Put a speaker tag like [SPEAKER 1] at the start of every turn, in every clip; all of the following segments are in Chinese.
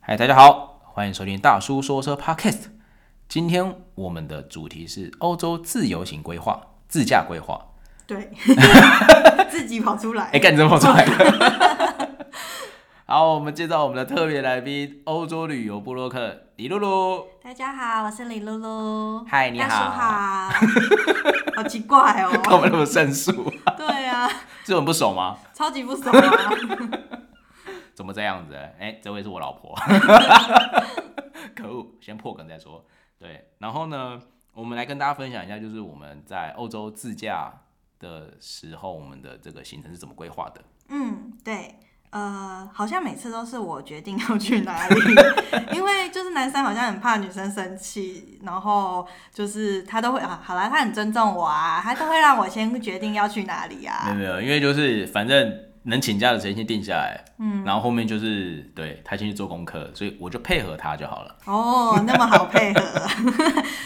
[SPEAKER 1] 嗨，大家好，欢迎收听大叔说车 Podcast。今天我们的主题是欧洲自由行规划、自驾规划。
[SPEAKER 2] 对，自己跑出来
[SPEAKER 1] 哎、。干你怎么跑出来了？ 好，我们介绍我们的特别来宾——欧洲旅游部落客李露露。
[SPEAKER 2] 大家好，我是李露露。
[SPEAKER 1] 嗨你好
[SPEAKER 2] 大叔好。好奇怪
[SPEAKER 1] 干
[SPEAKER 2] 哦。
[SPEAKER 1] 嘛那么生疏？
[SPEAKER 2] 对啊，
[SPEAKER 1] 这很不熟吗？
[SPEAKER 2] 超级不 熟啊。
[SPEAKER 1] 怎么这样子？哎、这位是我老婆。 可恶，先破梗再说。对，然后呢，我们来跟大家分享一下，就是我们在欧洲自驾的时候，我们的这个行程是怎么规划的。
[SPEAKER 2] 嗯，对，呃，好像每次都是我决定要去哪里， 因为就是男生好像很怕女生生气，然后就是他都会啊，好啦，他很尊重我啊，他都会让我先决定要去哪里
[SPEAKER 1] 没有
[SPEAKER 2] 啊。
[SPEAKER 1] 没有，因为就是反正能请假的谁先定下来，嗯，然后后面就是对他先去做功课，所以我就配合他就好了。
[SPEAKER 2] 哦，那么好配合，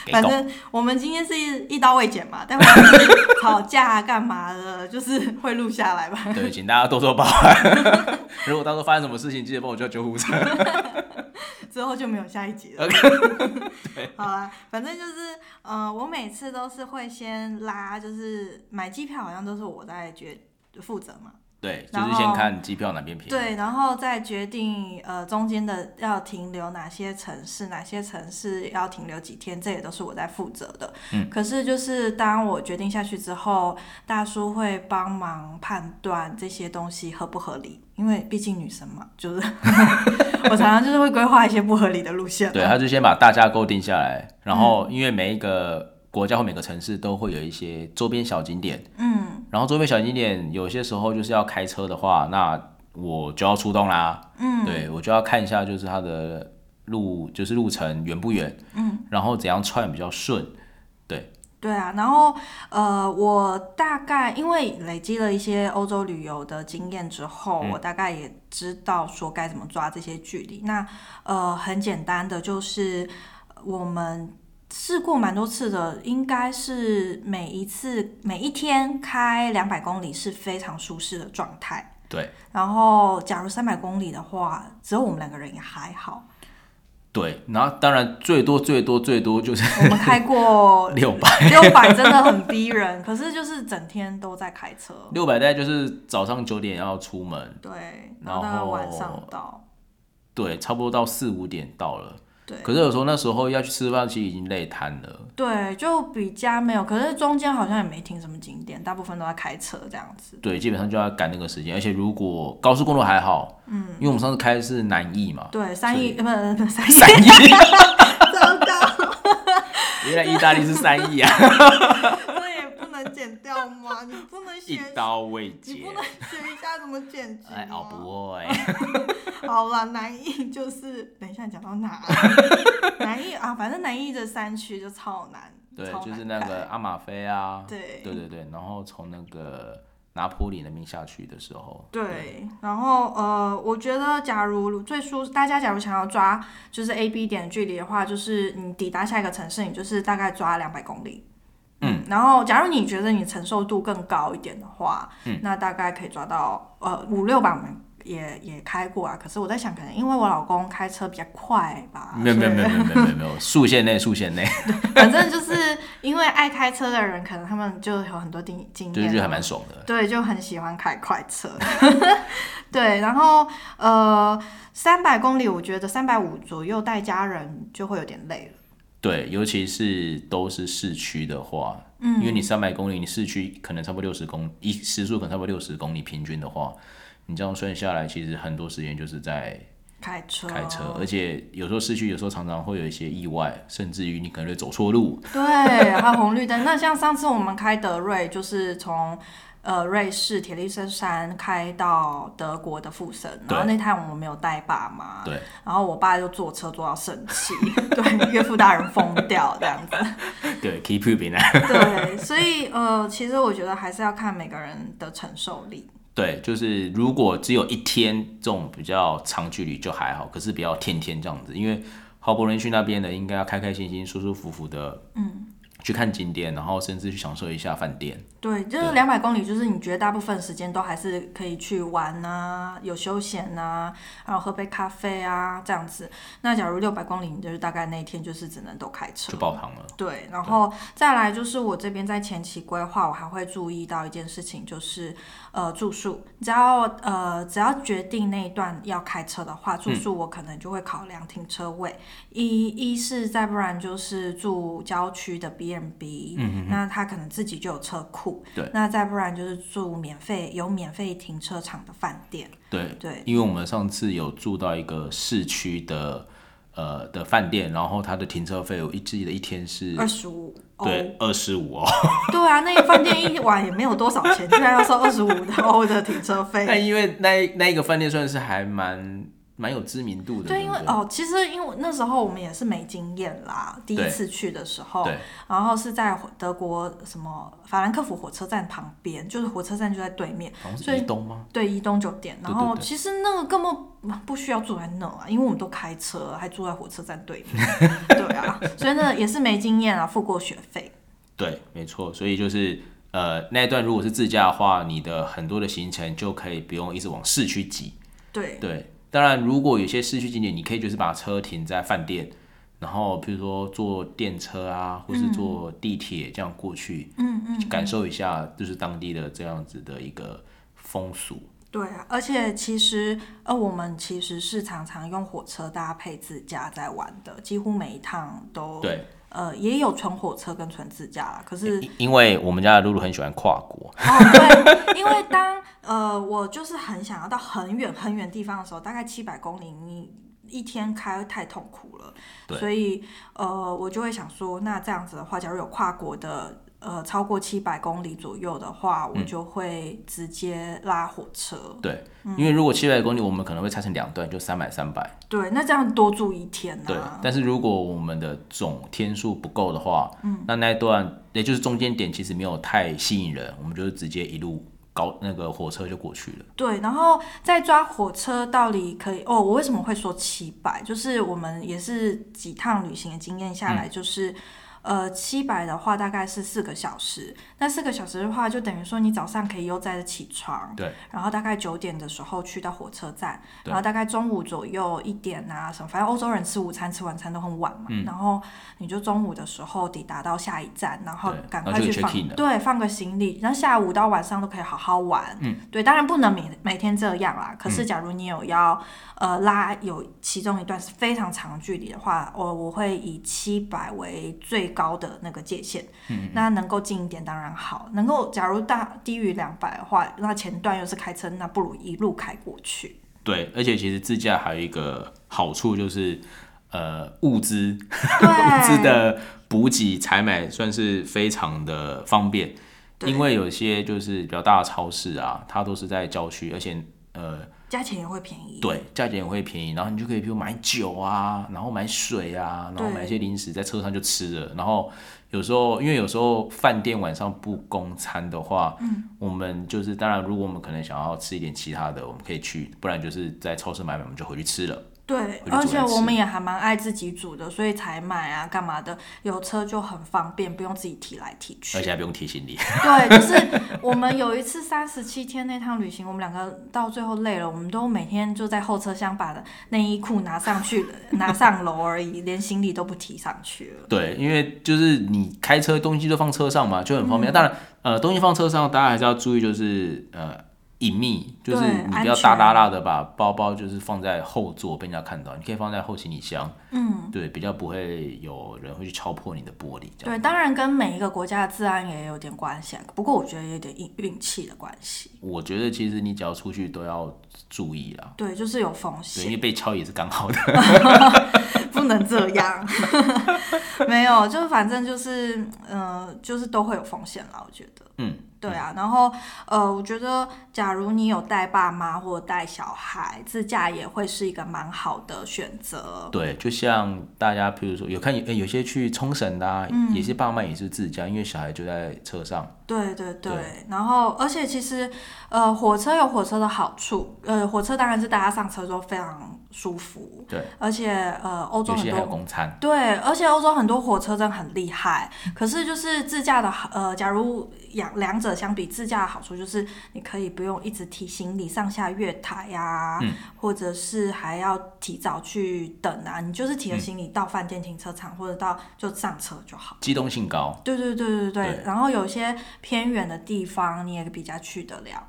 [SPEAKER 1] 给
[SPEAKER 2] 反
[SPEAKER 1] 狗
[SPEAKER 2] 正我们今天是一刀未剪嘛，待会儿吵架啊干嘛的，就是会录下来吧。
[SPEAKER 1] 对，请大家多多包涵。 如果到时候发生什么事情，记得帮我叫救护车。
[SPEAKER 2] 之后就没有下一集了。 好啦，反正就是呃，我每次都是会先拉，就是买机票好像都是我在决负责嘛，
[SPEAKER 1] 对，就
[SPEAKER 2] 然后
[SPEAKER 1] 是先看机票哪边便宜。
[SPEAKER 2] 对，然后再决定呃中间的要停留哪些城市，哪些城市要停留几天，这也都是我在负责的。嗯，可是就是当我决定下去之后，大叔会帮忙判断这些东西合不合理，因为毕竟女生嘛，就是 我常常就是会规划一些不合理的路线啦。
[SPEAKER 1] 对，他就先把大架构定下来，然后因为每一个国家或每个城市都会有一些周边小景点，
[SPEAKER 2] 嗯
[SPEAKER 1] 然后周边小景点有些时候就是要开车的话，那我就要出动啦。
[SPEAKER 2] 嗯，
[SPEAKER 1] 对我就要看一下就是它的路，就是路程远不远，嗯，然后怎样串比较顺。
[SPEAKER 2] 对啊，然后呃，我大概因为累积了一些欧洲旅游的经验之后，我大概也知道说该怎么抓这些距离。那呃，很简单的就是我们试过蛮多次的，应该是每一次每一天开两百公里是非常舒适的状态。
[SPEAKER 1] 对
[SPEAKER 2] 然后，假如三百公里的话，只有我们两个人也还好。
[SPEAKER 1] 对，然后当然最多最多最多就是
[SPEAKER 2] 我们开过
[SPEAKER 1] 六百，
[SPEAKER 2] 六百真的很逼人，可是就是整天都在开车。
[SPEAKER 1] 六百大概就是早上九点要出门，
[SPEAKER 2] 对，
[SPEAKER 1] 然
[SPEAKER 2] 然后到
[SPEAKER 1] 后
[SPEAKER 2] 晚上到，
[SPEAKER 1] 对，差不多到四五点到了。
[SPEAKER 2] 对
[SPEAKER 1] 可是有时候那时候要去吃饭，其实已经累瘫了。
[SPEAKER 2] 对，就比较没有，可是中间好像也没停什么景点，大部分都在开车这样子。
[SPEAKER 1] 对，基本上就要赶那个时间，而且如果高速公路还好，嗯，因为我们上次开的是南艺嘛，
[SPEAKER 2] 对，
[SPEAKER 1] 啊所
[SPEAKER 2] 三
[SPEAKER 1] 以
[SPEAKER 2] 亿呃不不不三
[SPEAKER 1] 三
[SPEAKER 2] 亿，
[SPEAKER 1] 亿，
[SPEAKER 2] 糟糕，
[SPEAKER 1] 原来意大利是三亿啊，
[SPEAKER 2] 这也不能剪 掉吗？你不能
[SPEAKER 1] 一
[SPEAKER 2] 学，
[SPEAKER 1] 刀未
[SPEAKER 2] 你
[SPEAKER 1] 截
[SPEAKER 2] 不，能学一下怎么剪辑
[SPEAKER 1] 哎，哦
[SPEAKER 2] 吗？
[SPEAKER 1] 不 会，
[SPEAKER 2] 好啦，南艺就是等一下讲到哪？啊 南艺啊，反正南艺的山区就超难，
[SPEAKER 1] 对，
[SPEAKER 2] 超
[SPEAKER 1] 就是那
[SPEAKER 2] 难
[SPEAKER 1] 个
[SPEAKER 2] 开
[SPEAKER 1] 阿马菲啊，
[SPEAKER 2] 对
[SPEAKER 1] 对对对，然后从那个拿坡里那边下去的时候，
[SPEAKER 2] 对，然后呃，我觉得假如最舒，大家假如想要抓就是 A B 点距离的话，就是你抵达下一个城市，你就是大概抓两百公里。嗯，然后假如你觉得你承受度更高一点的话，嗯、那大概可以抓到呃五六百，我们也也开过啊。可是我在想，可能因为我老公开车比较快吧，
[SPEAKER 1] 没有没有
[SPEAKER 2] 所以
[SPEAKER 1] 没有没有没有没有 没有，速线内速线内，
[SPEAKER 2] 反正就是因为爱开车的人，可能他们就有很多经经
[SPEAKER 1] 就是
[SPEAKER 2] 验，
[SPEAKER 1] 觉得还蛮爽的。
[SPEAKER 2] 对，就很喜欢开快车。 对，然后呃，三百公里，我觉得三百五左右带家人就会有点累了。
[SPEAKER 1] 对，尤其是都是市区的话，因为你三百公里，你市区可能差不多六十公一时速可能差不多六十公里，平均的话，你这样算下来，其实很多时间就是在
[SPEAKER 2] 开车，
[SPEAKER 1] 开车，啊而且有时候市区有时候常常会有一些意外，甚至于你可能会走错路。
[SPEAKER 2] 对，还有红绿灯。那像上次我们开德瑞，就是从呃瑞士铁力士山开到德国的富森，然后那趟我们没有带爸妈，
[SPEAKER 1] 对，
[SPEAKER 2] 然后我爸就坐车坐到生气， 对，岳父大人疯掉这样子。
[SPEAKER 1] 对，keep you 平安。
[SPEAKER 2] 对，所以呃，其实我觉得还是要看每个人的承受力。
[SPEAKER 1] 对，就是如果只有一天这种比较长距离就还好，可是不要天天这样子，因为好不容易去那边的，应该要开开心心、舒舒服服的，嗯，去看景点，然后甚至去享受一下饭店。
[SPEAKER 2] 对，就是两百公里，就是你觉得大部分时间都还是可以去玩啊，有休闲啊，然后喝杯咖啡啊这样子。那假如六百公里，你就是大概那一天就是只能都开车
[SPEAKER 1] 就。爆糖了。
[SPEAKER 2] 对，然后再来就是我这边在前期规划，我还会注意到一件事情，就是呃住宿，只要呃只要决定那一段要开车的话，
[SPEAKER 1] 嗯
[SPEAKER 2] 住宿我可能就会考量停车位，一一是再不然就是住郊区的 B n B，那他可能自己就有车库，
[SPEAKER 1] 嗯对，
[SPEAKER 2] 那再不然就是住免费有免费停车场的饭店，
[SPEAKER 1] 对，
[SPEAKER 2] 对
[SPEAKER 1] 因为我们上次有住到一个市区的呃的饭店，然后它的停车费我一记得一天是
[SPEAKER 2] 二十五欧，
[SPEAKER 1] 对二十五哦，
[SPEAKER 2] 对啊，那一饭店一晚也没有多少钱，居然要收二十五欧的停车费，
[SPEAKER 1] 但因为 那那一个饭店算是还蛮蛮有知名度的，
[SPEAKER 2] 对，
[SPEAKER 1] 不
[SPEAKER 2] 因为哦，其实因为那时候我们也是没经验啦，第一
[SPEAKER 1] 对
[SPEAKER 2] 次去的时候
[SPEAKER 1] 对，
[SPEAKER 2] 然后是在德国什么法兰克福火车站旁边，就是火车站就在对面，
[SPEAKER 1] 好像
[SPEAKER 2] 所
[SPEAKER 1] 是
[SPEAKER 2] 以
[SPEAKER 1] 移东吗？
[SPEAKER 2] 对，一东酒店。然
[SPEAKER 1] 对对
[SPEAKER 2] 后
[SPEAKER 1] 对
[SPEAKER 2] 其实那个根本不需要住在那啊，因为我们都开车，还住在火车站对面， 对啊，所以呢也是没经验啊，付过学费。
[SPEAKER 1] 对，没错，所以就是呃那一段如果是自驾的话，你的很多的行程就可以不用一直往市区挤。
[SPEAKER 2] 对
[SPEAKER 1] 对，当然如果有些市区景点，你可以就是把车停在饭店，然后比如说坐电车啊，或是坐地铁这样过去，嗯嗯，感受一下就是当地的这样子的一个风俗。
[SPEAKER 2] 对啊，而且其实呃，我们其实是常常用火车搭配自驾在玩的，几乎每一趟都
[SPEAKER 1] 对，
[SPEAKER 2] 呃，也有纯火车跟纯自驾啦。可是，
[SPEAKER 1] 因因为我们家的露露很喜欢跨国，
[SPEAKER 2] 哦，对，因为当呃，我就是很想要到很远很远地方的时候，大概七百公里，你一天开太痛苦了，
[SPEAKER 1] 对
[SPEAKER 2] 所以呃，我就会想说，那这样子的话，假如有跨国的。呃，超过七百公里左右的话，
[SPEAKER 1] 嗯
[SPEAKER 2] 我就会直接拉火车。
[SPEAKER 1] 对，因为如果七百公里，我们可能会拆成两段，就三百三百，
[SPEAKER 2] 对，那这样多住一天
[SPEAKER 1] 对
[SPEAKER 2] 啊。。
[SPEAKER 1] 但是如果我们的总天数不够的话，嗯，那那一段也就是中间点其实没有太吸引人，我们就是直接一路高那个火车就过去了。
[SPEAKER 2] 对，然后再抓火车到底可以哦？我为什么会说七百？就是我们也是几趟旅行的经验下来，就是、呃七百的话大概是四个小时。那四个小时的话，就等于说你早上可以悠哉的起床，
[SPEAKER 1] 对，
[SPEAKER 2] 然后大概九点的时候去到火车站，
[SPEAKER 1] 对
[SPEAKER 2] 然后大概中午左右一点啊什么，反正欧洲人吃午餐吃晚餐都很晚嘛，
[SPEAKER 1] 嗯
[SPEAKER 2] 然后你就中午的时候抵达到下一站，然后
[SPEAKER 1] 对
[SPEAKER 2] 赶
[SPEAKER 1] 然
[SPEAKER 2] 快
[SPEAKER 1] 后就
[SPEAKER 2] 去
[SPEAKER 1] 可以
[SPEAKER 2] 放
[SPEAKER 1] check in 了
[SPEAKER 2] 对放个行李，然后下午到晚上都可以好好玩。嗯，对，当然不能每每天这样啦。可
[SPEAKER 1] 嗯
[SPEAKER 2] 是假如你有要、呃拉有其中一段是非常长距离的话，我我会以七百为最高的那个界限。嗯那能够近一点当然好，能够假如大低于两百的话，那前段又是开车，那不如一路开过去。
[SPEAKER 1] 对，而且其实自驾还有一个好处就是，呃，物资
[SPEAKER 2] 对，
[SPEAKER 1] 物资的补给采买算是非常的方便，
[SPEAKER 2] 对
[SPEAKER 1] 因为有些就是比较大的超市啊，它都是在郊区，而且呃，
[SPEAKER 2] 价钱也会便宜。
[SPEAKER 1] 对，价钱也会便宜，然后你就可以比如买酒啊，然后买水啊，然后
[SPEAKER 2] 对
[SPEAKER 1] 买一些零食在车上就吃了，然后有时候因为有时候饭店晚上不供餐的话，嗯，我们就是当然如果我们可能想要吃一点其他的，我们可以去，不然就是在超市买买我们就回去吃了。
[SPEAKER 2] 对，
[SPEAKER 1] 回去
[SPEAKER 2] 而
[SPEAKER 1] 煮
[SPEAKER 2] 且
[SPEAKER 1] 来
[SPEAKER 2] 我
[SPEAKER 1] 吃
[SPEAKER 2] 们也还蛮爱自己煮的，所以才买啊，干嘛的？有车就很方便，不用自己提来提去
[SPEAKER 1] 而。且还不用提行李，
[SPEAKER 2] 对，就是我们有一次三十七天那趟旅行，我们两个到最后累了，我们都每天就在后车厢把的内衣裤拿上去 了，拿上楼而已，连行李都不提上去了。
[SPEAKER 1] 对，因为就是你开车东西都放车上嘛，就很方
[SPEAKER 2] 嗯
[SPEAKER 1] 便。当然，呃，东西放车上，大家还是要注意，就是呃隐秘，就是
[SPEAKER 2] 对
[SPEAKER 1] 你
[SPEAKER 2] 安
[SPEAKER 1] 不要大
[SPEAKER 2] 全
[SPEAKER 1] 大大的把包包就是放在后座被人家看到，你可以放在后行李箱，
[SPEAKER 2] 嗯，
[SPEAKER 1] 对，比较不会有人会去敲破你的玻璃这样。
[SPEAKER 2] 对，当然跟每一个国家的治安也有点关系啊，不过我觉得有点运运气的关系。
[SPEAKER 1] 我觉得其实你只要出去都要注意啦，
[SPEAKER 2] 对，就是有风
[SPEAKER 1] 对，
[SPEAKER 2] 险
[SPEAKER 1] 因。为被敲也是刚好的。
[SPEAKER 2] 不能这 样， 没有，就是反正就是，嗯、就是都会有风险啦，我觉得。
[SPEAKER 1] 嗯，
[SPEAKER 2] 对啊，然后呃，我觉得假如你有带爸妈或带小孩，自驾也会是一个蛮好的选择。
[SPEAKER 1] 对，就像大家，譬如说有看有有些去冲绳的、啊，
[SPEAKER 2] 嗯
[SPEAKER 1] 有些爸妈也是自驾，因为小孩就在车上。
[SPEAKER 2] 对对对，
[SPEAKER 1] 对
[SPEAKER 2] 然后而且其实呃，火车有火车的好处，呃，火车当然是大家上车之后非常舒服。
[SPEAKER 1] 对，
[SPEAKER 2] 而且呃，欧洲
[SPEAKER 1] 有
[SPEAKER 2] 很
[SPEAKER 1] 些还有
[SPEAKER 2] 多
[SPEAKER 1] 公餐，
[SPEAKER 2] 对，而且欧洲很多火车真的很厉害。可是就是自驾的好呃，假如两两者相比，自驾的好处就是你可以不用一直提行李上下月台呀、
[SPEAKER 1] 嗯
[SPEAKER 2] 或者是还要提早去等啊，你就是
[SPEAKER 1] 嗯
[SPEAKER 2] 提着行李到饭店停车场、或者到就上车就好。
[SPEAKER 1] 机动性高。
[SPEAKER 2] 对对对对对，
[SPEAKER 1] 对
[SPEAKER 2] 然后有些偏远的地方你也比较去得了。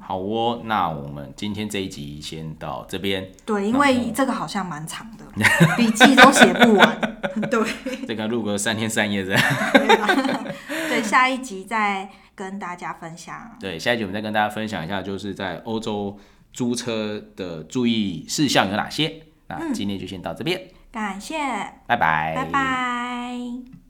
[SPEAKER 1] 好哦，那我们今天这一集先到这边。
[SPEAKER 2] 对，因
[SPEAKER 1] 然
[SPEAKER 2] 为
[SPEAKER 1] 后
[SPEAKER 2] 这个好像蛮长的， 笔记都写不完。 对，啊
[SPEAKER 1] 这个录个三天三夜的，
[SPEAKER 2] 对，下一集再跟大家分享。
[SPEAKER 1] 对，下一集我们再跟大家分享一下，就是在欧洲租车的注意事项有哪些。那今天就先到这边，
[SPEAKER 2] 感谢，
[SPEAKER 1] 嗯拜拜，
[SPEAKER 2] 拜拜。